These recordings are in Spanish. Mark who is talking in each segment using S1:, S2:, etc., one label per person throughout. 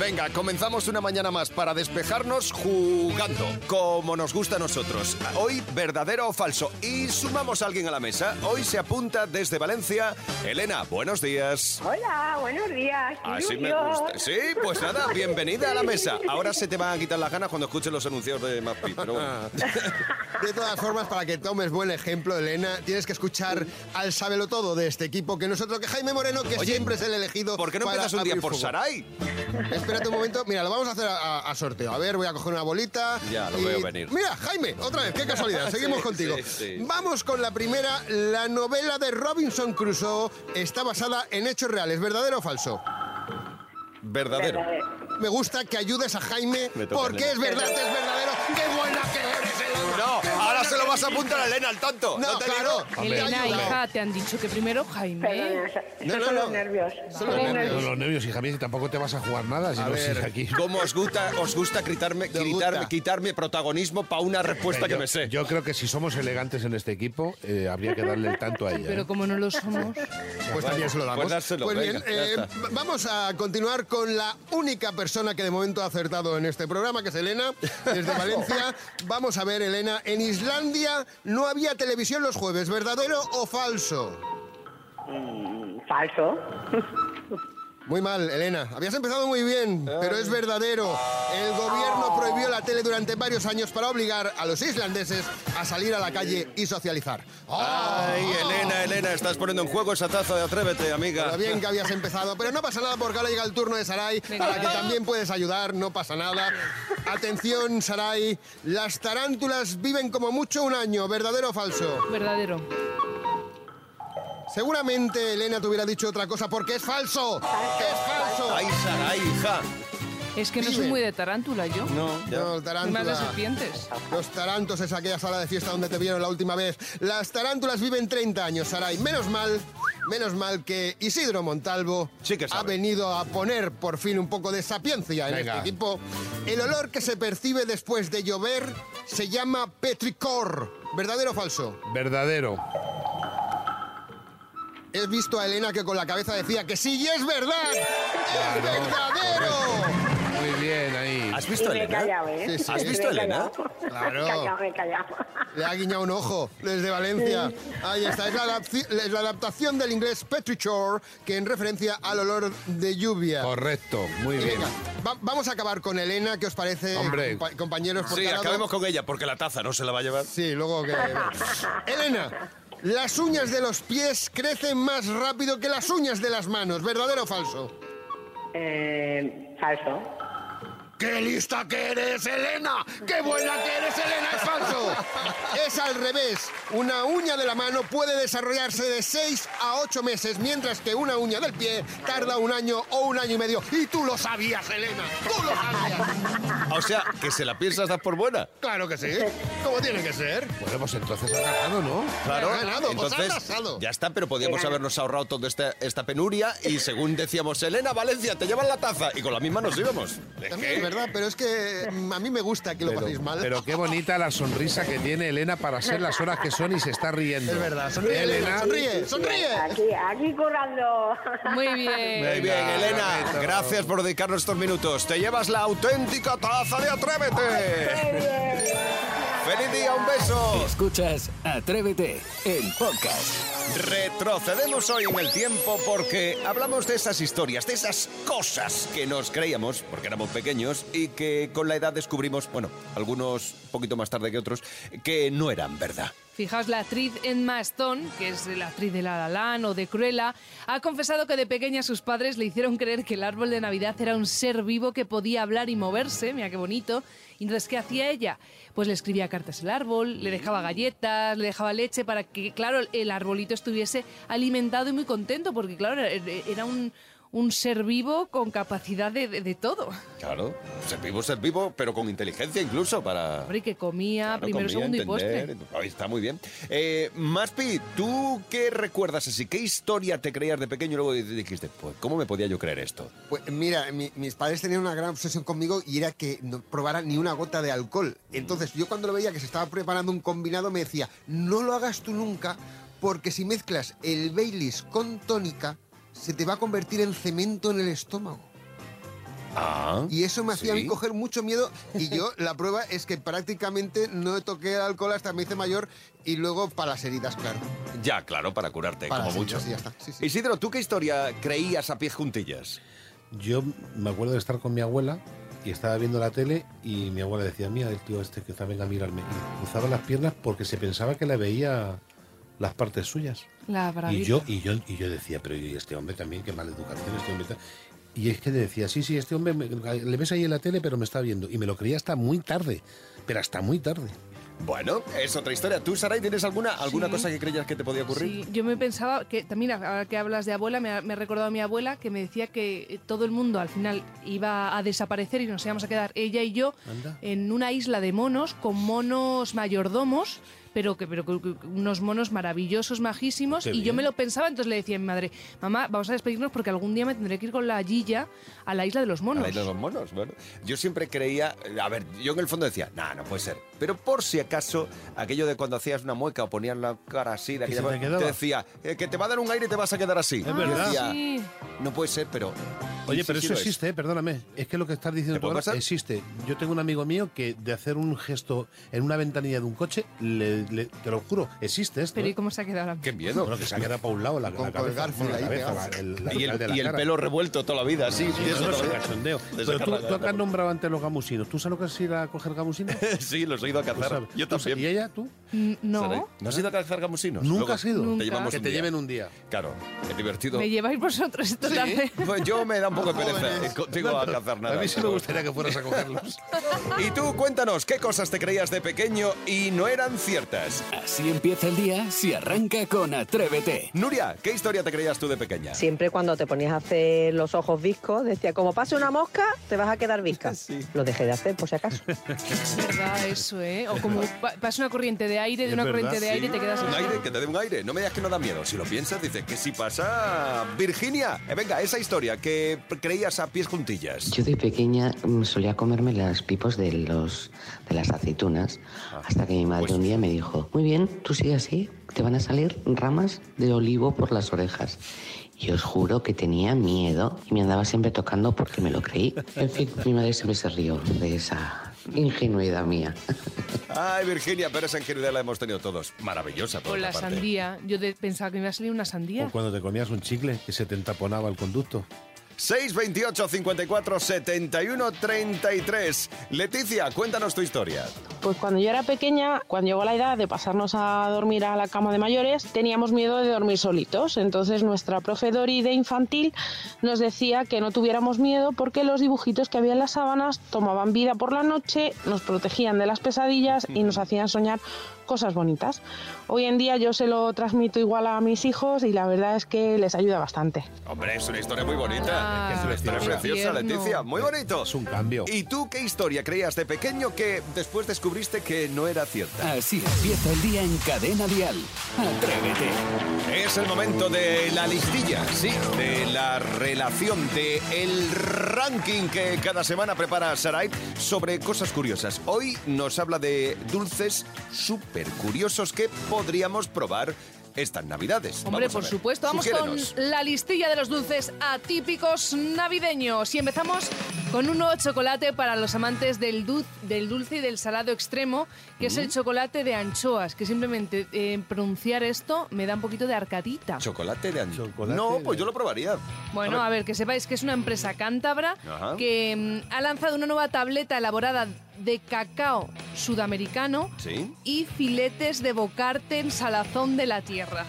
S1: Venga, comenzamos una mañana más para despejarnos jugando, como nos gusta a nosotros. Hoy, verdadero o falso. Y sumamos a alguien a la mesa. Hoy se apunta desde Valencia. Elena, buenos días.
S2: Hola, buenos días.
S1: Así me
S2: Julio.
S1: gusta. Ah, Sí, pues nada, bienvenida a la mesa. Ahora se te van a quitar las ganas cuando escuches los anuncios de Mapi, pero bueno.
S3: De todas formas, para que tomes buen ejemplo, Elena, tienes que escuchar al sábelo todo de este equipo, que nosotros, que Jaime Moreno, que
S1: Oye,
S3: siempre es el elegido.
S1: ¿Por qué no
S3: para
S1: empiezas un día
S3: abrir
S1: por
S3: fuego.
S1: Sarai?
S3: Espérate un momento, mira, lo vamos a hacer a, a- a sorteo. A ver, voy a coger una bolita.
S1: Ya, lo
S3: y-
S1: veo venir.
S3: Mira, Jaime, otra vez, qué casualidad, seguimos
S1: Sí,
S3: contigo.
S1: sí, sí.
S3: Vamos con la primera, la novela de Robinson Crusoe está basada en hechos reales, ¿verdadero o falso?
S1: Verdadero.
S2: Eh,
S3: Me gusta que ayudes a Jaime
S1: Me toca,
S3: porque
S1: Elena.
S3: es verdad, es verdadero. ¡Qué buena que eres, Elena!
S1: No,
S3: ¡Qué
S1: ahora
S3: buena
S1: se lo
S3: que
S1: vas a
S3: eres!
S1: apuntar a Elena al tanto.
S3: No,
S1: te
S3: claro.
S1: digo?
S3: Hombre,
S4: Elena,
S3: ayuda.
S4: hija, te han dicho que primero Jaime.
S2: Perdona,
S3: No,
S2: son
S3: no,
S2: los
S3: no.
S2: nervios.
S3: Son los nervios.
S5: Pero los nervios, hija mía, si tampoco te vas a jugar nada, si
S3: A
S5: no
S3: ver,
S5: si aquí.
S1: ¿Cómo os gusta, os gusta gritarme,
S3: Te
S1: gritarme-
S3: gusta.
S1: quitarme protagonismo para una respuesta que
S5: yo,
S1: me sé?
S5: yo creo que si somos elegantes en este equipo, eh, habría que darle el tanto a ella.
S4: Pero
S5: ¿eh?
S4: como no lo somos.
S3: Pues también se lo damos.
S1: Pues dárselo,
S3: Pues bien,
S1: venga, ya
S3: eh,
S1: está.
S3: v- vamos a continuar con la única persona que de momento ha acertado en este programa, que es Elena, desde Valencia. Vamos a ver, Elena, en Islandia no había televisión los jueves, ¿verdadero o falso?
S2: Falso.
S3: Muy mal, Elena. Habías empezado muy bien, pero es verdadero. El gobierno prohibió la tele durante varios años para obligar a los islandeses a salir a la calle y socializar.
S1: Ay, Elena, Elena, estás poniendo en juego esa taza de Atrévete, amiga.
S3: Pero bien que habías empezado, pero no pasa nada porque ahora llega el turno de Sarai,
S4: Venga.
S3: a la que también puedes ayudar, no pasa nada. Atención, Sarai, las tarántulas viven como mucho un año, ¿verdadero o falso?
S4: Verdadero.
S3: Seguramente Elena te hubiera dicho otra cosa porque es falso, es falso.
S1: Ay, Sarai, hija.
S4: Es que no
S3: Vive.
S4: soy muy de tarántula yo.
S1: No,
S3: No,
S4: Soy más de
S3: tarántula.
S4: serpientes.
S3: Los tarantos es aquella sala de fiesta donde te vieron la última vez. Las tarántulas viven 30 años, Sarai. Menos mal, menos mal que Isidro Montalvo
S1: Sí que sabe.
S3: ha venido a poner por fin un poco de sapiencia en
S5: Venga.
S3: este equipo. El olor que se percibe después de llover se llama petricor. ¿Verdadero o falso?
S5: Verdadero.
S3: He visto a Elena que con la cabeza decía que sí y es verdad. ¡Es verdadero!
S5: Muy bien, ahí.
S1: ¿Has
S2: Y
S1: visto a
S2: me he
S1: Elena?
S2: callado, ¿eh?
S3: Sí, sí.
S1: ¿Has
S2: Me
S1: visto
S2: he
S1: a Elena?
S2: callado.
S3: Claro.
S2: Me he callado, me he callado.
S3: Le ha guiñado un ojo desde Valencia. Ahí está, es la, adapci- es la adaptación del inglés petrichor, que en referencia al olor de lluvia.
S5: Correcto, muy
S3: Y
S5: bien.
S3: venga, va- vamos a acabar con Elena, ¿qué os parece,
S5: Hombre.
S3: compa- compañeros? por
S1: Sí,
S3: cada
S1: acabemos
S3: lado?
S1: con ella, porque la taza no se la va a llevar.
S3: Sí, luego que... Elena, las uñas de los pies crecen más rápido que las uñas de las manos, ¿verdadero o falso?
S2: Eh, falso.
S3: ¡Qué lista que eres, Elena! ¡Qué buena que eres, Elena! ¡Es falso! es al revés. Una uña de la mano puede desarrollarse de 6 a 8 meses, mientras que una uña del pie tarda un año o un año y medio. Y tú lo sabías, Elena. ¡Tú lo sabías!
S1: O sea, que se la piensas dar por buena.
S3: claro que sí. Como tiene que ser.
S5: Bueno, pues entonces ha ganado, ¿no?
S1: Claro,
S3: Pues Ha ganado, os ha
S1: entonces
S3: arrasado.
S1: ya está, pero podíamos habernos ahorrado toda esta, esta penuria y según decíamos, Elena, Valencia, te llevan la taza y con la misma nos íbamos. Es
S3: También es
S1: que-
S3: verdad, pero es que mm, a mí me gusta que lo
S5: Pero,
S3: paséis mal.
S5: pero qué bonita la sonrisa que tiene Elena para ser las horas que son y se está riendo.
S3: Es verdad, sonríe, Elena, sonríe, sonríe.
S2: Aquí, aquí currando.
S4: Muy
S1: Muy
S4: bien.
S1: bien,
S5: Venga,
S1: Elena,
S5: Loreto.
S1: gracias por dedicarnos estos minutos. Te llevas la auténtica taza de Atrévete.
S2: Muy bien.
S1: ¡Feliz día, un beso!
S6: Escuchas Atrévete, el podcast.
S1: Retrocedemos hoy en el tiempo porque hablamos de esas historias, de esas cosas que nos creíamos porque éramos pequeños y que con la edad descubrimos, bueno, algunos un poquito más tarde que otros, que no eran verdad.
S4: Fijaos, la actriz Emma Stone, que es la actriz de La La Land o de Cruella, ha confesado que de pequeña sus padres le hicieron creer que el árbol de Navidad era un ser vivo que podía hablar y moverse, mira qué bonito. Y entonces, ¿qué hacía ella? Pues le escribía cartas al árbol, le dejaba galletas, le dejaba leche para que, claro, el arbolito estuviese alimentado y muy contento, porque, claro, era- era un, un ser vivo con capacidad de, de- de todo.
S1: Claro, ser vivo, ser vivo, pero con inteligencia incluso para...
S4: Hombre, que comía
S1: Claro,
S4: primero,
S1: comida,
S4: segundo y
S1: entender.
S4: postre.
S1: Ahí Está muy bien. Eh, Maspi, ¿tú qué recuerdas así? ¿Qué historia te creías de pequeño y luego dijiste, pues, ¿cómo me podía yo creer esto?
S3: Pues mira, mi- mis padres tenían una gran obsesión conmigo y era que no probara ni una gota de alcohol. Entonces yo cuando lo veía que se estaba preparando un combinado me decía, no lo hagas tú nunca porque si mezclas el Baileys con tónica se te va a convertir en cemento en el estómago.
S1: Ah.
S3: Y eso me hacía a mí
S1: ¿sí?
S3: coger mucho miedo y yo la prueba es que prácticamente no toqué alcohol hasta me hice mayor y luego para las heridas, claro.
S1: Ya, claro, para curarte,
S3: Para
S1: como
S3: las
S1: mucho.
S3: heridas y ya está. Sí, sí.
S1: Isidro, ¿tú qué historia creías a pies juntillas?
S5: Yo me acuerdo de estar con mi abuela y estaba viendo la tele y mi abuela decía, mira, el tío este que está, venga a mirarme. Y cruzaba las piernas porque se pensaba que le veía las partes suyas.
S4: La
S5: Y
S4: bravita.
S5: yo, y, yo, y yo decía, pero y este hombre también, qué mala educación, este hombre. tal". Y es que le decía, sí, sí, este hombre me- le ves ahí en la tele, pero me está viendo. Y me lo creía hasta muy tarde, pero hasta muy tarde.
S1: Bueno, es otra historia. ¿Tú, Saray, tienes alguna, alguna
S4: Sí.
S1: cosa que creías que te podía ocurrir?
S4: Sí, yo me pensaba que también ahora que hablas de abuela me ha, me ha recordado a mi abuela que me decía que eh, todo el mundo al final iba a desaparecer y nos íbamos a quedar ella y yo
S5: Anda.
S4: en una isla de monos con monos mayordomos pero que pero que- que unos monos maravillosos majísimos
S5: Qué
S4: y yo
S5: bien.
S4: me lo pensaba entonces le decía a mi madre mamá vamos a despedirnos porque algún día me tendré que ir con la Gilla a la isla de los
S1: A
S4: monos
S1: la isla de los monos, bueno. Yo siempre creía, a ver, yo en el fondo decía, no, no puede ser. Pero por si acaso, aquello de cuando hacías una mueca o ponías la cara así, de
S5: Que
S1: aquella
S5: se te
S1: manera,
S5: quedaba.
S1: te decía, "Eh, que te va a dar un aire y te vas a quedar así.
S5: Es
S1: Y
S5: verdad.
S1: decía,
S4: Ah, Sí.
S1: No puede ser, pero.
S5: Oye,
S1: Sí,
S5: pero
S1: sí
S5: eso
S1: lo es.
S5: existe, eh, perdóname. Es que lo que estás diciendo
S1: ¿Te
S5: tú
S1: puede
S5: ahora
S1: pasar?
S5: existe. Yo tengo un amigo mío que de hacer un gesto en una ventanilla de un coche, le- le- te lo juro, existe esto.
S4: pero
S5: eh.
S4: y cómo se ha quedado ahora
S1: Qué miedo.
S5: Bueno, que se ha quedado para un lado la,
S3: Con-
S5: la
S3: con el
S5: cabeza.
S3: Garfield
S5: bueno, la
S3: ahí
S5: cabeza,
S3: pegado.
S5: la- el- la
S1: Y
S5: mitad de
S1: el,
S5: la
S1: y el
S5: cara.
S1: pelo revuelto toda la vida, así.
S5: Sí,
S1: tienes
S5: eso
S1: toda
S5: es
S1: la vida.
S5: cachondeo.
S1: De
S5: Pero
S1: sacar
S5: tú,
S1: la
S5: tú
S1: cabeza.
S5: acá has nombrado antes los gamusinos. ¿Tú sabes lo que es ir a coger gamusinos?
S1: Sí, los he ido a
S5: Tú
S1: cazar.
S5: sabes.
S1: Yo
S5: Tú sabes. ¿Y
S1: también.
S5: ella, tú?
S4: N-
S1: Sarai,
S4: no
S1: ¿No has ido a cazar gamusinos?
S5: Nunca
S1: Luego
S5: has ido.
S4: Nunca.
S1: Te llevamos
S5: Que
S1: un
S5: te
S1: día.
S5: lleven un día.
S1: Claro, es divertido.
S4: me lleváis vosotros esto la hace-
S1: Pues yo me da un poco de pereza
S3: Jóvenes.
S1: ir contigo a cazar nada.
S5: a mí sí me gustaría que fueras a cogerlos.
S1: Y tú, cuéntanos, ¿qué cosas te creías de pequeño y no eran ciertas?
S6: Así empieza el día si arranca con Atrévete.
S1: Nuria, ¿qué historia te creías tú de pequeña?
S7: Siempre cuando te ponías a hacer los ojos viscos, decía, como pase una mosca, te vas a quedar visca. Lo dejé de hacer, por si acaso.
S4: Es verdad eso, ¿eh? O como pa- pasa una corriente de aire, de
S5: Es
S4: una
S5: verdad,
S4: corriente de
S5: sí.
S4: aire te quedas...
S1: Un aire, que te dé un aire. No me digas que no da miedo. Si lo piensas, dices que si pasa. Virginia, eh, venga, esa historia que creías a pies juntillas.
S8: Yo de pequeña mm, solía comerme las pipas de, los, de las aceitunas hasta que mi madre
S1: pues-
S8: un día me dijo, muy bien, tú sigue así, te van a salir ramas de olivo por las orejas. Y os juro que tenía miedo y me andaba siempre tocando porque me lo creí. En fin, mi madre siempre se rió de esa ingenuidad mía.
S1: Ay, Virginia, pero esa ingenuidad la hemos tenido todos. Maravillosa, por
S4: O
S1: otra
S4: la
S1: parte.
S4: sandía. Yo de- pensaba que me iba a salir una sandía.
S5: O cuando te comías un chicle que se te entaponaba el conducto.
S1: 628 54 71 33. Leticia, cuéntanos tu historia.
S9: Pues cuando yo era pequeña, cuando llegó la edad de pasarnos a dormir a la cama de mayores, teníamos miedo de dormir solitos. Entonces nuestra profe Dori de infantil nos decía que no tuviéramos miedo porque los dibujitos que había en las sábanas tomaban vida por la noche, nos protegían de las pesadillas y nos hacían soñar cosas bonitas. Hoy en día yo se lo transmito igual a mis hijos y la verdad es que les ayuda bastante.
S1: Hombre, es una historia muy bonita.
S4: Ah,
S1: es una historia
S5: qué
S1: preciosa,
S4: tierno.
S1: Leticia. Muy bonito.
S5: Es un cambio.
S1: ¿Y tú qué historia creías de pequeño que después descubriste que no era cierta?
S6: Así empieza el día en cadena dial. Atrévete.
S1: Es el momento de la listilla, sí, de la relación, de el ranking que cada semana prepara Sarai sobre cosas curiosas. Hoy nos habla de dulces súper curiosos que podríamos probar estas navidades.
S4: Hombre,
S1: Vamos a
S4: por
S1: ver.
S4: supuesto. Vamos
S1: Sugiérenos.
S4: con la listilla de los dulces atípicos navideños. Y empezamos con un nuevo chocolate para los amantes del, dul- del dulce y del salado extremo, que es el chocolate de anchoas, que simplemente eh, pronunciar esto me da un poquito de arcadita.
S1: Chocolate de ancho.
S5: Chocolate
S1: No, pues
S5: de-
S1: yo lo probaría.
S4: Bueno, a ver, que sepáis que es una empresa cántabra
S1: Ajá.
S4: que mm, ha lanzado una nueva tableta elaborada de cacao sudamericano
S1: Sí.
S4: y filetes de bocarte en salazón de la tierra.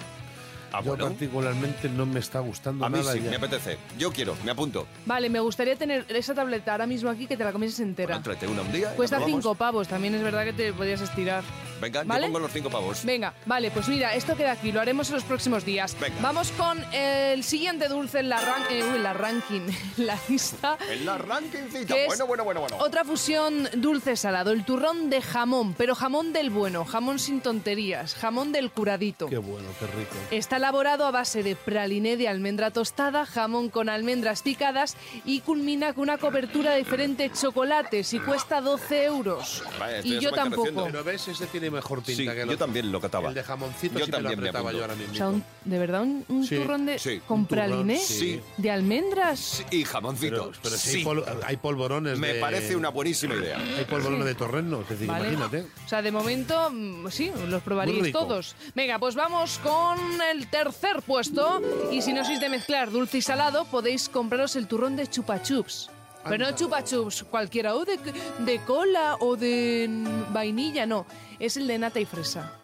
S1: Ah,
S5: Yo
S1: bueno.
S5: particularmente no me está gustando
S1: A mí
S5: nada.
S1: sí,
S5: ya.
S1: me apetece. Yo quiero, me apunto.
S4: Vale, me gustaría tener esa tableta ahora mismo aquí que te la comieses entera.
S1: Bueno, tráete una un día. y la
S4: Cuesta
S1: probamos.
S4: cinco pavos, también es verdad que te podías estirar.
S1: Venga,
S4: ¿Vale?
S1: yo pongo los cinco pavos.
S4: Venga, vale, pues mira, esto queda aquí, lo haremos en los próximos días.
S1: Venga.
S4: Vamos con el siguiente dulce en la, ran- eh, uy, la ranking, en la lista.
S1: El arranquincito.
S4: que es
S1: Bueno, bueno, bueno, bueno.
S4: Otra fusión dulce-salado, el turrón de jamón, pero jamón del bueno, jamón sin tonterías, jamón del curadito.
S5: Qué bueno, qué rico.
S4: Está elaborado a base de praliné de almendra tostada, jamón con almendras picadas y culmina con una cobertura de diferentes chocolates y cuesta 12 euros.
S1: Ah, Vaya, esto
S4: y
S1: ya
S4: yo
S1: se va encareciendo.
S4: tampoco.
S5: Pero ves, ese tiene mejor pinta
S1: Sí,
S5: que el
S1: yo
S5: otro.
S1: también lo cataba.
S5: El de jamoncito
S1: Yo
S5: sí me lo
S1: también me
S5: apretaba
S1: apunto.
S5: yo ahora
S4: O
S5: mismo.
S4: sea, un- ¿de verdad un, un
S5: Sí,
S4: turrón de
S1: sí,
S4: con
S5: un turrón,
S4: praliné?
S5: sí.
S4: ¿De almendras?
S1: Sí, y jamoncito.
S5: Pero, pero si
S1: sí.
S5: hay, pol- hay polvorones
S1: Me
S5: de-
S1: parece una buenísima idea.
S5: Hay polvorones de torrenos, es decir,
S4: Vale.
S5: imagínate.
S4: O sea, de momento, mm, sí, los
S5: Muy
S4: probaríais
S5: rico.
S4: todos. Venga, pues vamos con el tercer puesto. Y si no sois de mezclar dulce y salado, podéis compraros el turrón de chupa chups. Pero no chupa chups cualquiera, o de, de cola o de mm, vainilla, no. Es el de nata y fresa.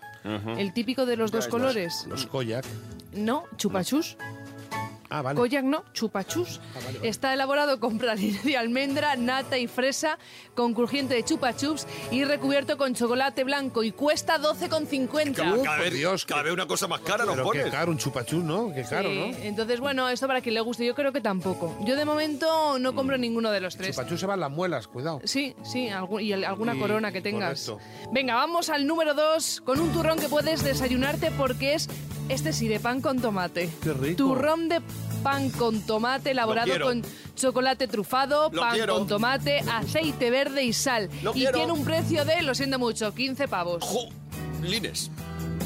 S4: El típico de los dos colores.
S5: Los koyak.
S4: No, chupa chups.
S5: Ah, vale.
S4: Koyak no, chupachus.
S5: Ah,
S4: Está elaborado con praline de almendra, nata y fresa, con crujiente de chupachups y recubierto con chocolate blanco y cuesta 12,50.
S1: Cada
S5: por
S1: vez,
S5: Dios,
S1: cada
S5: que-
S1: vez una cosa más cara nos
S5: Pero qué
S1: pones.
S5: caro, un chupachú, ¿no? Qué caro,
S4: Sí,
S5: ¿no?
S4: Entonces, bueno, esto para quien le guste, yo creo que tampoco. Yo de momento no
S5: Mm.
S4: compro ninguno de los tres.
S5: Chupachú se van las muelas, cuidado.
S4: Sí, sí, algu- y el- alguna
S5: Y-
S4: corona que tengas.
S5: correcto.
S4: Venga, vamos al número 2 con un turrón que puedes desayunarte porque es este sí de pan con tomate.
S5: Qué rico.
S4: Turrón de pan con tomate elaborado
S1: quiero.
S4: con chocolate trufado,
S1: Lo
S4: pan
S1: quiero.
S4: con tomate, aceite verde y sal.
S1: Lo
S4: y
S1: quiero.
S4: tiene un precio de, lo siento mucho, 15 pavos.
S1: Jo, Lines.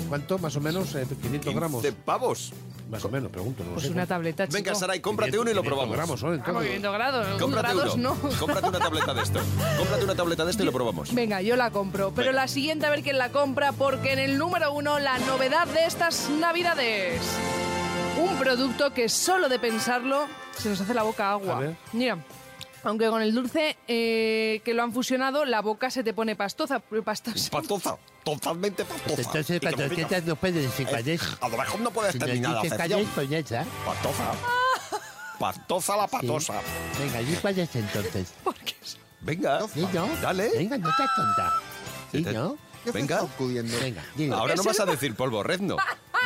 S5: ¿Cuánto? Más o menos eh, 500 gramos.
S1: De pavos.
S5: Más o menos, pregunto. No lo
S4: Pues
S5: sé.
S4: una tableta, chico.
S1: Venga, Saray, cómprate uno y lo
S5: 500
S1: probamos.
S5: gramos, ¿no?
S4: Ah, muy
S5: Entonces,
S4: bien, dos grados,
S1: Cómprate
S4: grados
S1: uno.
S4: no.
S1: Cómprate una tableta de esto. Cómprate una tableta de esto y lo probamos.
S4: Venga, yo la compro. Pero
S1: Venga.
S4: la siguiente a ver quién la compra, porque en el número uno, la novedad de estas navidades. Un producto que solo de pensarlo se nos hace la boca
S5: A
S4: agua.
S5: ver.
S4: Mira. Aunque con el dulce eh, que lo han fusionado, la boca se te pone pastosa. pastosa.
S1: Patoza. Totalmente patoza.
S10: Pues Entonces,
S1: Y te
S10: cuando
S1: lo
S10: usted no puede decir cuál es,
S1: picas. A lo mejor "Eh, no puedes
S10: si nos
S1: terminar
S10: dice
S1: la
S10: cuál es,
S1: sección.
S10: pues ya está.
S1: Patoza.
S4: Ah.
S1: Patoza la patosa.
S10: Venga, ¿y cuál es entonces?
S1: Venga.
S10: Niño.
S1: Dale.
S10: Venga, no seas tonta. Niño.
S1: Venga.
S10: Venga, dilo.
S1: Ahora no
S4: Es
S1: vas a
S4: el-
S1: decir polvo redno.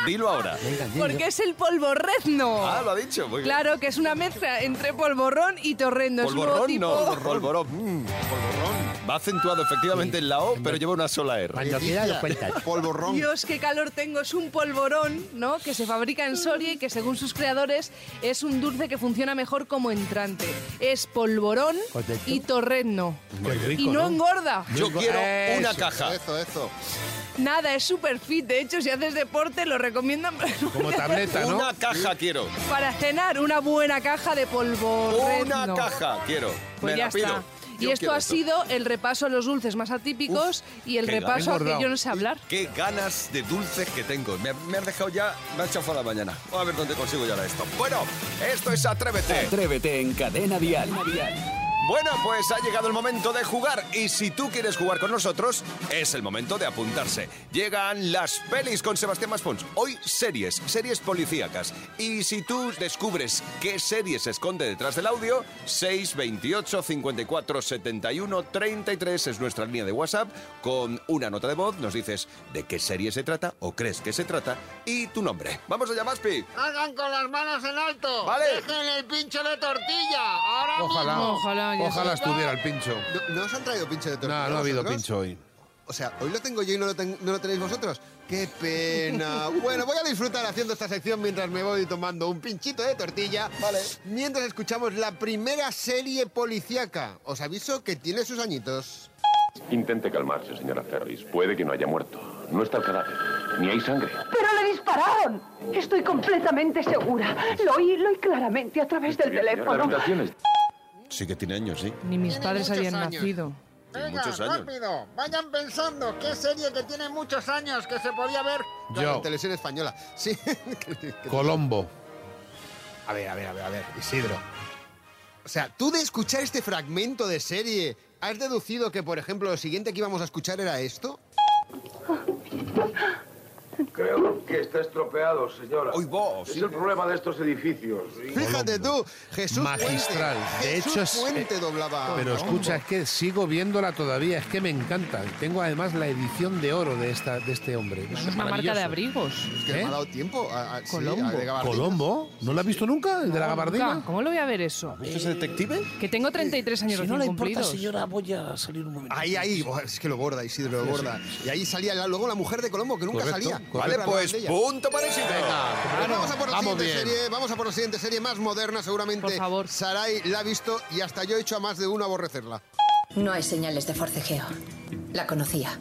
S1: Dilo ahora.
S10: Venga, dilo.
S4: Porque es el polvorrezno.
S1: Ah, lo ha dicho. Muy bien.
S4: claro, que es una mezcla entre polvorrón y torrendo. Es un nuevo
S1: Polvorrón
S4: tipo-
S1: no. Polvorón. Mm, polvorrón. Va acentuado efectivamente en la O, pero lleva una sola R.
S10: Cuando quieras lo cuentas.
S3: Polvorrón.
S4: Dios, qué calor tengo. Es un polvorón, ¿no? Que se fabrica en Soria y que según sus creadores es un dulce que funciona mejor como entrante. Es polvorón
S1: Pues
S10: Correcto.
S4: y torrezno.
S5: qué rico,
S4: y no,
S5: ¿no?
S4: engorda.
S1: Yo quiero una
S3: Eso,
S1: caja.
S3: Eso, eso.
S4: Nada, es súper fit. De hecho, si haces deporte, lo recomiendan
S5: Como tableta, ¿no?
S1: Una caja quiero.
S4: para cenar. Una buena caja de polvorón.
S1: Una caja quiero.
S4: Pues
S1: Me
S4: ya
S1: la pido.
S4: está. Y
S1: Yo
S4: esto
S1: quiero
S4: ha sido el repaso a los dulces más atípicos y el
S1: qué
S4: repaso a que
S5: engordado.
S4: yo no sé hablar.
S1: Qué ganas de dulces que tengo. Me, me has dejado ya, me has chafado la mañana. A ver dónde consigo ya esto. Bueno, esto es Atrévete.
S6: Atrévete en Cadena Dial.
S1: Bueno, pues ha llegado el momento de jugar. Y si tú quieres jugar con nosotros, es el momento de apuntarse. Llegan las pelis con Sebastián Maspons. Hoy series, series policíacas. Y si tú descubres qué serie se esconde detrás del audio, 628 54 71 33 es nuestra línea de WhatsApp. Con una nota de voz nos dices de qué serie se trata o crees que se trata y tu nombre. Vamos allá, Maspi.
S11: Hagan con las manos en alto.
S1: Vale.
S11: Dejen el pincho de tortilla. Ahora
S5: Ojalá.
S4: No, ojalá, ya
S5: Ojalá
S4: está.
S5: estuviera el pincho.
S11: ¿No, no os han traído pincho de
S5: No, no
S11: tortilla?
S5: ha habido
S11: vosotros?
S5: pincho hoy.
S11: O sea, hoy lo tengo yo y no lo, ten- no lo tenéis vosotros. ¡Qué pena! Bueno, voy a disfrutar haciendo esta sección mientras me voy tomando un pinchito de tortilla. Vale. Mientras escuchamos la primera serie policíaca. Os aviso que tiene sus añitos.
S12: Intente calmarse, señora Ferris. Puede que no haya muerto. No está el cadáver, ni hay sangre.
S13: Pero le dispararon. Estoy completamente segura. Lo oí, lo oí claramente a través del
S12: Señora, La
S13: teléfono.
S12: habitación es-
S1: Sí que tiene años, sí.
S4: Ni mis
S11: Tiene
S4: padres
S11: muchos
S4: habían
S11: años.
S4: nacido.
S1: Tiene muchos años.
S11: rápido. Vayan pensando qué serie que tiene muchos años que se podía ver.
S5: Yo,
S11: En televisión española. Sí.
S5: Colombo.
S11: A ver, a ver, a ver, a ver, Isidro. O sea, tú de escuchar este fragmento de serie, ¿has deducido que, por ejemplo, lo siguiente que íbamos a escuchar era esto?
S14: Creo que está estropeado, señora. es el problema de estos edificios.
S3: Fíjate tú, Jesús
S5: Magistral.
S3: Puente.
S5: De
S3: Jesús
S5: hecho, es- eh,
S3: Puente
S1: Ah,
S3: doblaba.
S5: Pero
S3: Colombo.
S5: escucha, es que sigo viéndola todavía, es que me encanta. Tengo además la edición de oro de, esta, de este hombre. Eso es
S4: Una marca
S5: maravilloso.
S4: de abrigos.
S3: Es que me ha dado tiempo. a- a- sí,
S4: Colombo.
S3: a- de gabardina.
S5: ¿Colombo? ¿No lo has visto nunca? ¿El de la gabardina?
S4: Nunca. ¿Cómo lo voy a ver eso? Eh,
S5: visto ese detective?
S4: Que tengo 33 años
S3: Si no le
S4: recién
S3: importa,
S4: cumplidos.
S3: señora,
S15: voy a salir un momento.
S3: Ahí, ahí, buah, es que lo borda, Isidro, lo
S5: Sí,
S3: borda. Y ahí salía la- luego la mujer de Colombo, que nunca
S5: Correcto,
S3: salía.
S5: correcto. Vale, pues, punto para Isidro. Venga,
S3: Pues vamos a por la
S5: vamos
S3: siguiente
S5: bien.
S3: serie, vamos a por la siguiente serie más moderna, seguramente. Por favor. Sarai la ha visto y hasta yo he hecho a más de uno aborrecerla.
S16: No hay señales de forcejeo. La conocía.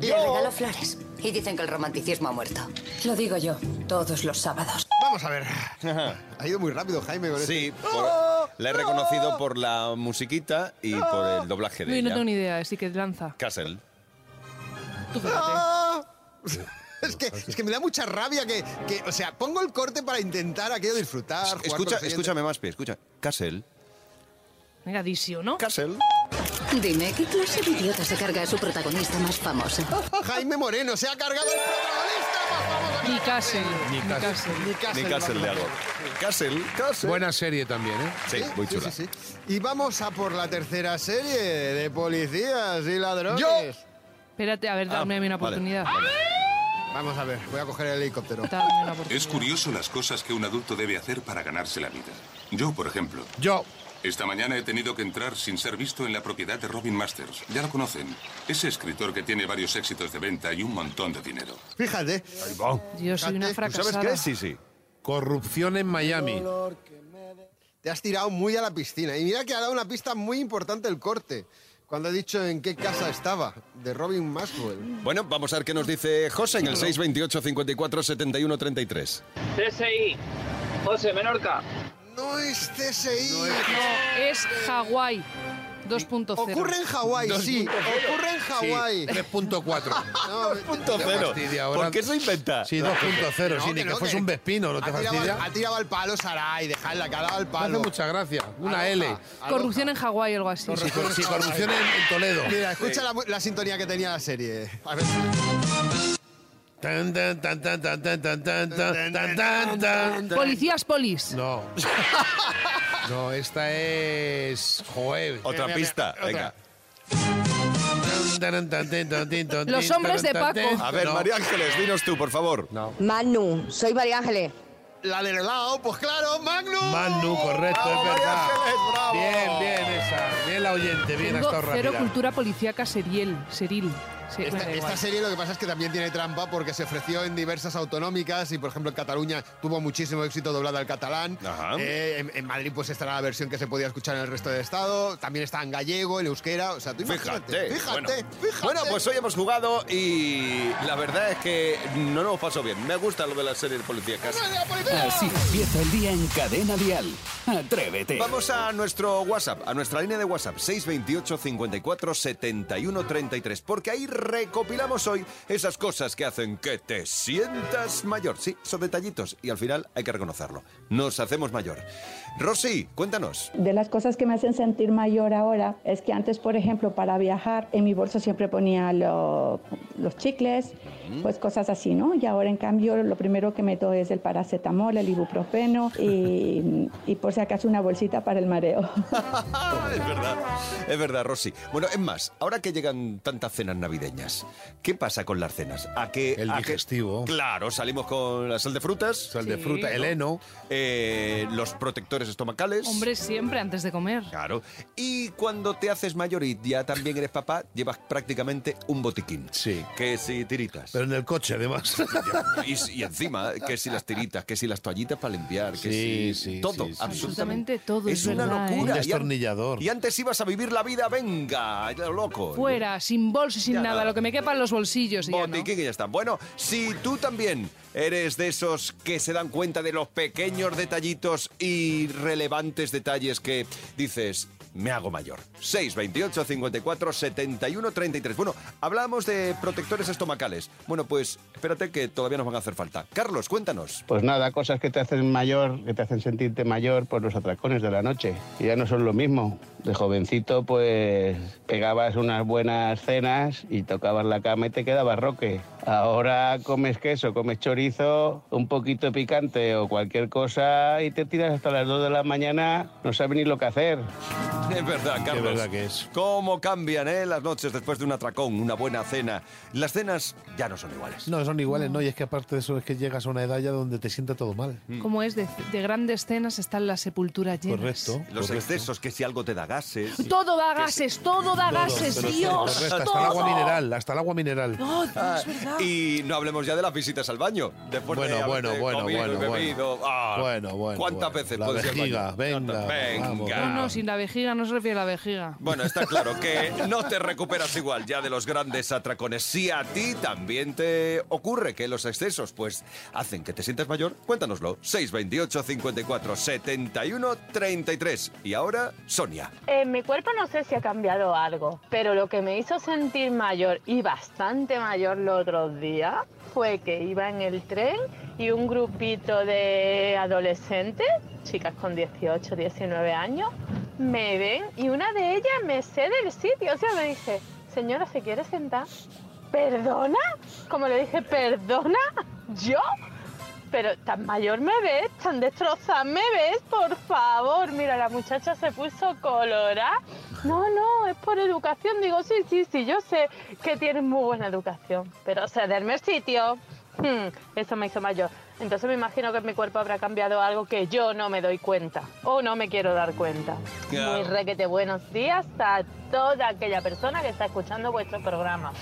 S16: Le regaló flores y dicen que el romanticismo ha muerto. Lo digo yo, todos los sábados.
S3: Vamos a ver. Ha ido muy rápido Jaime con este
S1: Sí,
S3: esto.
S1: por- la he reconocido por la musiquita y por el doblaje de
S4: Uy, no
S1: ella.
S4: tengo ni idea, así que lanza.
S1: Castle.
S4: Tú fíjate.
S3: Es que, es que me da mucha rabia que, que, o sea, pongo el corte para intentar aquello disfrutar. jugar con
S1: Escucha,
S3: los oyentes.
S1: escúchame más, escucha. Castle.
S4: Venga, di sí o no.
S1: Castle.
S16: Dime, ¿qué clase de idiota se carga a su protagonista más famoso?
S3: Jaime Moreno se ha cargado el protagonista. Ni
S4: Castle.
S5: Ni Castle.
S3: Ni
S1: Ni Castle de algo. Castle, Castle.
S5: Buena serie también, ¿eh?
S1: Sí, muy
S3: Sí,
S1: chula.
S3: sí, sí. Y vamos a por la tercera serie de policías y ladrones.
S4: Espérate, a ver, dame a mí una
S3: vale.
S4: oportunidad.
S3: Vamos a ver, voy a coger el helicóptero.
S4: Dame una oportunidad.
S17: Es curioso las cosas que un adulto debe hacer para ganarse la vida. Yo, por ejemplo.
S5: Yo.
S17: Esta mañana he tenido que entrar sin ser visto en la propiedad de Robin Masters. Ya lo conocen. Ese escritor que tiene varios éxitos de venta y un montón de dinero.
S3: Fíjate.
S4: Yo soy una fracasada.
S5: Sí, sí. Corrupción en Miami.
S3: Te has tirado muy a la piscina. Y mira que ha dado una pista muy importante el corte. Cuando ha dicho en qué casa estaba, de Robin Maxwell.
S1: Bueno, vamos a ver qué nos dice José en el 628 54 71 33.
S18: CSI. José Menorca.
S3: No es CSI. No
S4: No, es Hawái 2.0.
S3: Ocurre en Hawái, sí.
S4: 2.0.
S3: Ocurre en Hawái.
S5: Sí, 3.4.
S3: No,
S5: Te fastidia ahora.
S1: ¿Por qué se inventa?
S5: Sí, 2.0. sí, ni que fuese
S17: eh.
S5: un Vespino, ¿no te
S3: ha tirado
S5: fastidia?
S3: al- Ha tirado al palo, Saray, dejadla, que ha dado al
S5: Me hace
S3: palo.
S5: mucha gracia. Una
S3: Aloja,
S5: L.
S4: Corrupción en Hawái, algo así.
S5: Sí, cor- sí, corrupción en, en Toledo.
S3: Mira, escucha la, la sintonía que tenía la serie. A ver.
S5: Tan, tan, tan, tan, tan, tan, tan, tan, tan, tan, tan, tan.
S4: Policías polis.
S5: No. No, esta es. Joel.
S1: Otra Mira, mira, pista, otra. venga.
S4: Los hombres de Paco.
S1: A ver,
S4: No.
S1: María Ángeles, dinos tú, por favor.
S5: No.
S19: Manu, soy María Ángeles.
S3: La del helado, pues claro, Magnus.
S5: Manu, correcto,
S3: Bravo,
S5: es
S3: María
S5: verdad.
S3: Ángeles, bravo.
S5: Bien, bien esa. Bien la oyente, bien, ha
S4: Tengo
S5: estado
S4: cero
S5: rápida.
S4: cultura policíaca seriel. Seril. Se- bueno,
S3: Esta,
S4: da
S3: esta
S4: igual.
S3: serie lo que pasa es que también tiene trampa porque se ofreció en diversas autonómicas y, por ejemplo, en Cataluña tuvo muchísimo éxito doblada al catalán. Eh, en, en Madrid pues estará la versión que se podía escuchar en el resto del estado. También está en gallego, en euskera. O sea, tú imagínate.
S1: Fíjate,
S3: Fíjate,
S1: bueno.
S3: fíjate.
S1: Bueno, pues hoy hemos jugado y la verdad es que no nos pasó bien. Me gusta lo de la serie de policíacas.
S6: Así empieza el día en Cadena Dial. Atrévete.
S1: Vamos a nuestro WhatsApp, a nuestra línea de WhatsApp, 628 54 71 33, porque ahí recopilamos hoy esas cosas que hacen que te sientas mayor. Sí, son detallitos y al final hay que reconocerlo. Nos hacemos mayor. Rosy, cuéntanos.
S20: De las cosas que me hacen sentir mayor ahora es que antes, por ejemplo, para viajar en mi bolso siempre ponía lo- los chicles, pues cosas así, ¿no? Y ahora, en cambio, lo primero que meto es el paracetamol, el ibuprofeno y, y por si acaso una bolsita para el mareo.
S1: Ah, es verdad, es verdad, Rosy. Bueno, es más, ahora que llegan tantas cenas navideñas, ¿qué pasa con las cenas? ¿A que
S5: El
S1: a que-
S5: digestivo.
S1: claro, salimos con la sal de frutas. Sal
S5: de Sí. fruta, el heno.
S1: los protectores estomacales.
S4: Hombre, siempre antes de comer.
S1: Claro. Y cuando te haces mayor y ya también eres papá, llevas prácticamente un botiquín. Sí. Que si tiritas.
S5: Pero en el coche, además.
S1: Y, y encima, que si las tiritas, que si las toallitas para limpiar, que si. todo, absolutamente.
S4: Absolutamente todo.
S1: Es
S4: Es,
S1: una
S4: verdad, ¿eh?
S1: locura.
S5: Un destornillador.
S1: Y antes ibas a vivir la vida, venga, lo loco.
S4: Fuera, sin bolso y sin
S1: Ya
S4: nada,
S1: nada.
S4: lo que me quepa en los bolsillos. y ya no.
S1: Botiquín y ya está. Bueno, si tú también eres de esos que se dan cuenta de los pequeños detallitos y relevantes detalles que dices, me hago mayor. 628 54 71 33. Bueno, hablamos de protectores estomacales. Bueno, pues espérate que todavía nos van a hacer falta. Carlos, cuéntanos.
S21: Pues nada, cosas que te hacen mayor, que te hacen sentirte mayor, pues los atracones de la noche, que ya no son lo mismo. De jovencito, pues pegabas unas buenas cenas y tocabas la cama y te quedabas roque. Ahora comes queso, comes chorizo, un poquito de picante o cualquier cosa y te tiras hasta las 2 de la mañana, no sabes ni lo que hacer.
S1: Es verdad, Carlos.
S21: verdad
S1: que es. ¿Cómo cambian eh, las noches después de un atracón, una buena cena? Las cenas ya no son iguales.
S5: No, son iguales, no. Y es que aparte de eso, es que llegas a una edad ya donde te sienta todo mal.
S1: Mm.
S4: Como es de, de grandes cenas, están las sepulturas llenas.
S5: Correcto.
S1: Los excesos, que si algo te da gases.
S4: Todo da gases, todo da
S1: Todo,
S4: gases,
S1: pero sí,
S4: Dios.
S1: correcto,
S5: Hasta el
S4: todo.
S5: agua mineral, hasta el agua mineral.
S4: No, no, es
S1: Ah,
S4: verdad.
S1: y no hablemos ya de las visitas al baño. Después
S5: Bueno,
S1: de
S5: bueno,
S1: haberte
S5: bueno,
S1: comido y
S5: bueno, bueno.
S1: bebido. Ah,
S5: Bueno, bueno,
S1: ¿Cuántas
S5: bueno.
S1: veces
S5: La
S1: puedes ir al
S5: vejiga,
S1: baño?
S5: venga, vamos,
S1: Venga.
S4: No, no, sin la vejiga no se refiere a la vejiga.
S1: Bueno, está claro que no te recuperas igual ya de los grandes atracones. Si a ti también te ocurre que los excesos pues hacen que te sientas mayor, cuéntanoslo. 628 54 71 33. Y ahora Sonia.
S20: En Eh, mi cuerpo no sé si ha cambiado algo, pero lo que me hizo sentir mayor y bastante mayor los otros días fue que iba en el tren y un grupito de adolescentes, chicas con 18, 19 años, me ven y una de ellas me cede el sitio. O sea, me dice, señora, ¿se quiere sentar? ¿Perdona? Como le dije, ¿perdona? ¿Yo? Pero tan mayor me ves, tan destrozada me ves, por favor. Mira, la muchacha se puso colorada. No, no, es por educación. Digo, sí, sí, sí, yo sé que tienes muy buena educación. Pero cederme el sitio, hmm, eso me hizo mayor. Entonces me imagino que en mi cuerpo habrá cambiado algo que yo no me doy cuenta o no me quiero dar cuenta.
S1: Claro.
S20: Muy requete buenos días a toda aquella persona que está escuchando vuestro programa.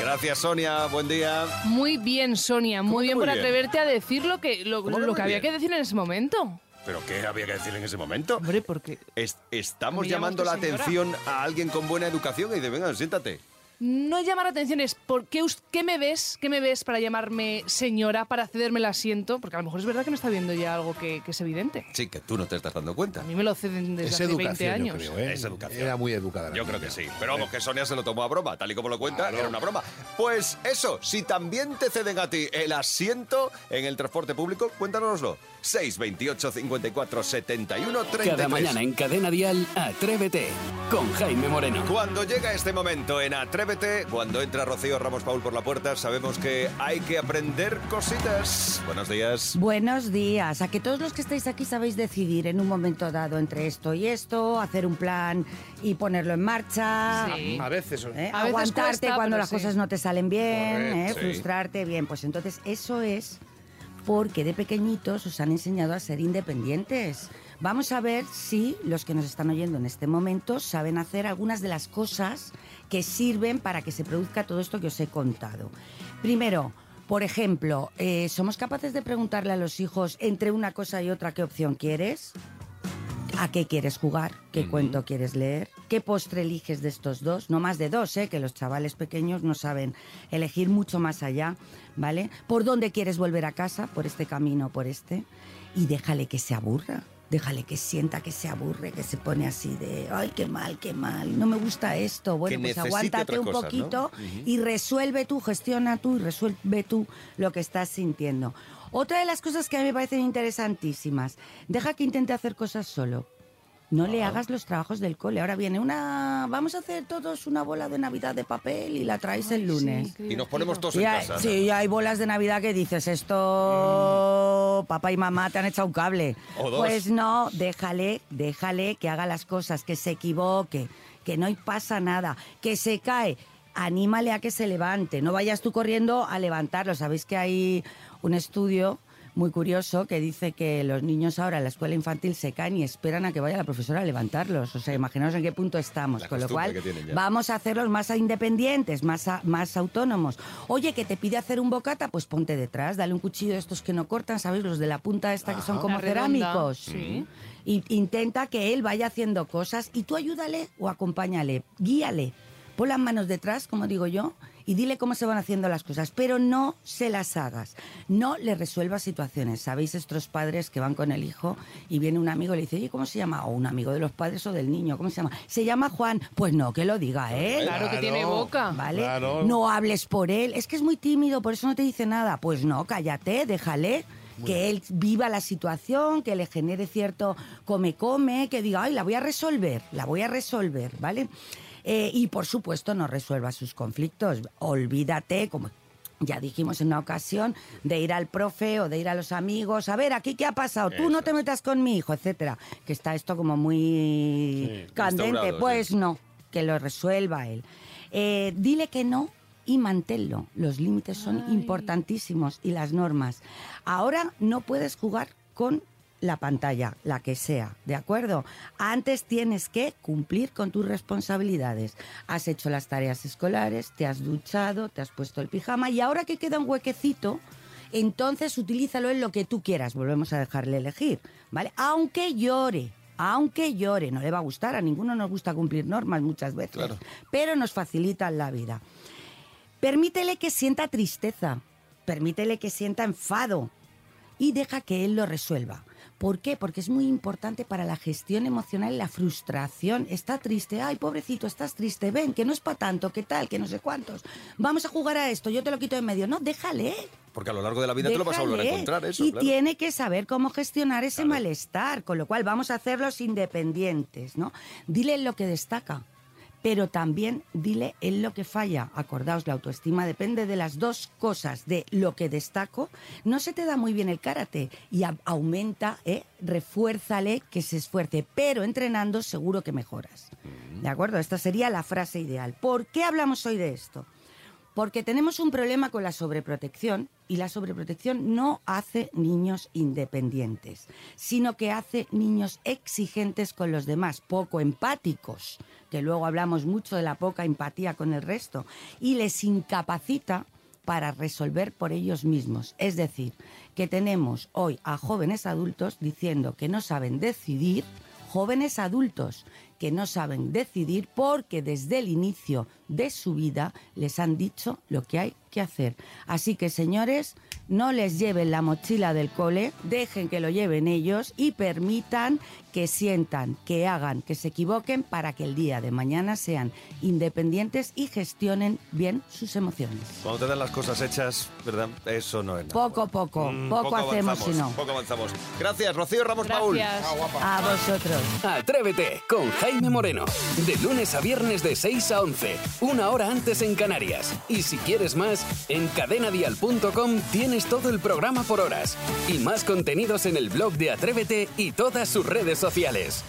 S1: Gracias Sonia, buen día.
S4: Muy bien, Sonia,
S1: ¿Cómo
S4: muy
S1: que
S4: bien
S1: muy
S4: por
S1: bien?
S4: atreverte a decir lo que, lo,
S1: ¿Cómo que
S4: lo
S1: muy
S4: que había
S1: bien?
S4: que decir en ese momento.
S1: ¿Pero qué había que decir en ese momento?
S4: Hombre, porque...
S1: estamos
S4: ¿Me llamas
S1: llamando
S4: tú
S1: la
S4: señora?
S1: atención a alguien con buena educación y de venga, siéntate.
S4: No llamar la atención es ¿por qué, us- qué me ves? ¿Qué me ves para llamarme señora, para cederme el asiento? Porque a lo mejor es verdad que me está viendo ya algo que, que es evidente.
S1: Sí, que tú no te estás dando cuenta.
S4: A mí me lo ceden desde
S1: Es
S4: hace
S1: educación,
S4: 20
S1: yo
S4: años.
S1: creo, ¿eh? Es educación.
S5: Era muy educada. la
S1: Yo creo que sí. Pero vamos, que Sonia se lo tomó a broma, tal y como lo cuenta, era una broma. Pues eso, si también te ceden a ti el asiento en el transporte público, cuéntanoslo. 628 54 71 33.
S6: Cada mañana
S16: ¿eh?
S6: en Cadena Dial, Atrévete con Jaime Moreno.
S1: Cuando llega este momento en Atrévete, cuando entra Rocío Ramos Paul por la puerta, sabemos que hay que aprender cositas. Buenos días.
S16: Buenos días. A que todos los que estáis aquí sabéis decidir en un momento dado entre esto y esto, hacer un plan y ponerlo en marcha.
S5: A veces.
S16: ¿eh? Aguantarte cuando las cosas no te salen bien,
S5: Correcto,
S16: ¿eh?
S5: sí.
S16: frustrarte bien. Pues entonces eso es porque de pequeñitos os han enseñado a ser independientes. Vamos a ver si los que nos están oyendo en este momento saben hacer algunas de las cosas que sirven para que se produzca todo esto que os he contado. Primero, por ejemplo, eh, ¿somos capaces de preguntarle a los hijos entre una cosa y otra qué opción quieres? ¿A qué quieres jugar? ¿Qué cuento quieres leer? ¿Qué postre eliges de estos dos? No más de dos, ¿eh? que los chavales pequeños no saben elegir mucho más allá, ¿vale? ¿Por dónde quieres volver a casa? ¿Por este camino o por este? Y déjale que se aburra. Déjale que sienta que se aburre, que se pone así de, ay, qué mal, qué mal, no me gusta esto. Bueno,
S22: Que
S16: pues
S22: necesite
S16: aguántate
S22: otra
S16: un
S22: cosa, ¿no?
S16: poquito
S22: Ujú.
S16: y resuelve tú, gestiona tú y resuelve tú lo que estás sintiendo. Otra de las cosas que a mí me parecen interesantísimas, deja que intente hacer cosas solo. No le hagas los trabajos del cole. Ahora viene una. Vamos a hacer todos una bola de Navidad de papel y la traes el lunes.
S1: Y nos ponemos todos
S16: Y
S1: en
S16: hay-
S1: casa.
S16: sí, y hay bolas de Navidad que dices, esto papá y mamá te han echado un cable.
S1: O dos.
S16: Pues no, déjale, déjale que haga las cosas, que se equivoque, que no pasa nada, que se cae. Anímale a que se levante, no vayas tú corriendo a levantarlo. Sabéis que hay un estudio muy curioso que dice que los niños ahora en la escuela infantil se caen y esperan a que vaya la profesora a levantarlos. O sea, imaginaos en qué punto estamos. Con lo
S22: costumbre
S16: cual,
S22: que tienen ya.
S16: va Vamos a hacerlos más independientes, más, a- más autónomos. Oye, que te pide hacer un bocata, pues ponte detrás, dale un cuchillo de estos que no cortan, ¿sabéis? Los de la punta esta que son
S22: Ajá.
S16: como
S22: La redonda,
S16: cerámicos.
S22: sí.
S16: Y intenta que él vaya haciendo cosas y tú ayúdale o acompáñale, guíale. Pon las manos detrás, como digo yo, y dile cómo se van haciendo las cosas, pero no se las hagas, no le resuelvas situaciones. Sabéis estos padres que van con el hijo y viene un amigo y le dice, oye, ¿cómo se llama? O un amigo de los padres o del niño, ¿cómo se llama? Se llama Juan. Pues no, que lo diga él.
S4: Claro que tiene boca.
S16: ¿Vale?
S4: Claro.
S16: No hables por él, es que es muy tímido, por eso no te dice nada. Pues no, cállate, déjale.
S4: Muy
S16: Que él viva la situación, que le genere cierto come-come, que diga, ay, la voy a resolver, la voy a resolver, ¿vale? Eh, y por supuesto no resuelva sus conflictos. Olvídate, como ya dijimos en una ocasión, de ir al profe o de ir a los amigos, a ver, aquí qué ha pasado, tú no te metas con mi hijo, etcétera. Que está esto como muy
S2: Sí,
S16: candente.
S1: ¿eh?
S2: instaurado,
S16: Pues
S2: sí.
S16: no, que lo resuelva él. Eh, dile que no y manténlo. Los límites son importantísimos y las normas. Ahora no puedes jugar con la pantalla, la que sea, ¿de acuerdo? Antes tienes que cumplir con tus responsabilidades. Has hecho las tareas escolares, te has duchado, te has puesto el pijama y ahora que queda un huequecito, entonces utilízalo en lo que tú quieras. Volvemos a dejarle elegir, ¿vale? Aunque llore, aunque llore, no le va a gustar, a ninguno nos gusta cumplir normas muchas veces, pero nos facilitan la vida. Permítele que sienta tristeza, permítele que sienta enfado y deja que él lo resuelva. ¿Por qué? Porque es muy importante para la gestión emocional la frustración. Está triste, ay, pobrecito, estás triste, ven, que no es para tanto, que tal, que no sé cuántos. Vamos a jugar a esto, yo te lo quito de en medio. No, déjale, ¿eh?
S1: Porque a lo largo de la vida te lo vas a volver a
S16: Déjale. ¿eh?
S1: encontrar, eso.
S16: Y
S1: claro.
S16: tiene que saber cómo gestionar ese malestar, con lo cual vamos a hacerlos independientes, ¿no? Dile en lo que destaca, pero también dile en lo que falla. Acordaos, la autoestima depende de las dos cosas, de lo que destaco, no se te da muy bien el karate y a- aumenta, ¿eh? refuérzale que se esfuerce, pero entrenando seguro que mejoras. ¿De acuerdo? Esta sería la frase ideal. ¿Por qué hablamos hoy de esto? Porque tenemos un problema con la sobreprotección y la sobreprotección no hace niños independientes, sino que hace niños exigentes con los demás, poco empáticos, que luego hablamos mucho de la poca empatía con el resto, y les incapacita para resolver por ellos mismos. Es decir, que tenemos hoy a jóvenes adultos diciendo que no saben decidir, jóvenes adultos que no saben decidir porque desde el inicio de su vida les han dicho lo que hay que hacer. Así que señores, no les lleven la mochila del cole, dejen que lo lleven ellos y permitan que sientan, que hagan, que se equivoquen para que el día de mañana sean independientes y gestionen bien sus emociones.
S1: Cuando te dan las cosas hechas, ¿verdad? Eso no es nada.
S16: Poco a poco,
S1: Mm,
S16: poco, hacemos
S1: avanzamos,
S16: si no.
S1: Poco avanzamos. Gracias, Rocío Ramos Paul.
S16: Gracias. Ah, guapa. A vosotros.
S6: Atrévete con Jaime Moreno. De lunes a viernes de 6 a 11. Una hora antes en Canarias. Y si quieres más, en cadenadial.com tienes todo el programa por horas. Y más contenidos en el blog de Atrévete y todas sus redes sociales.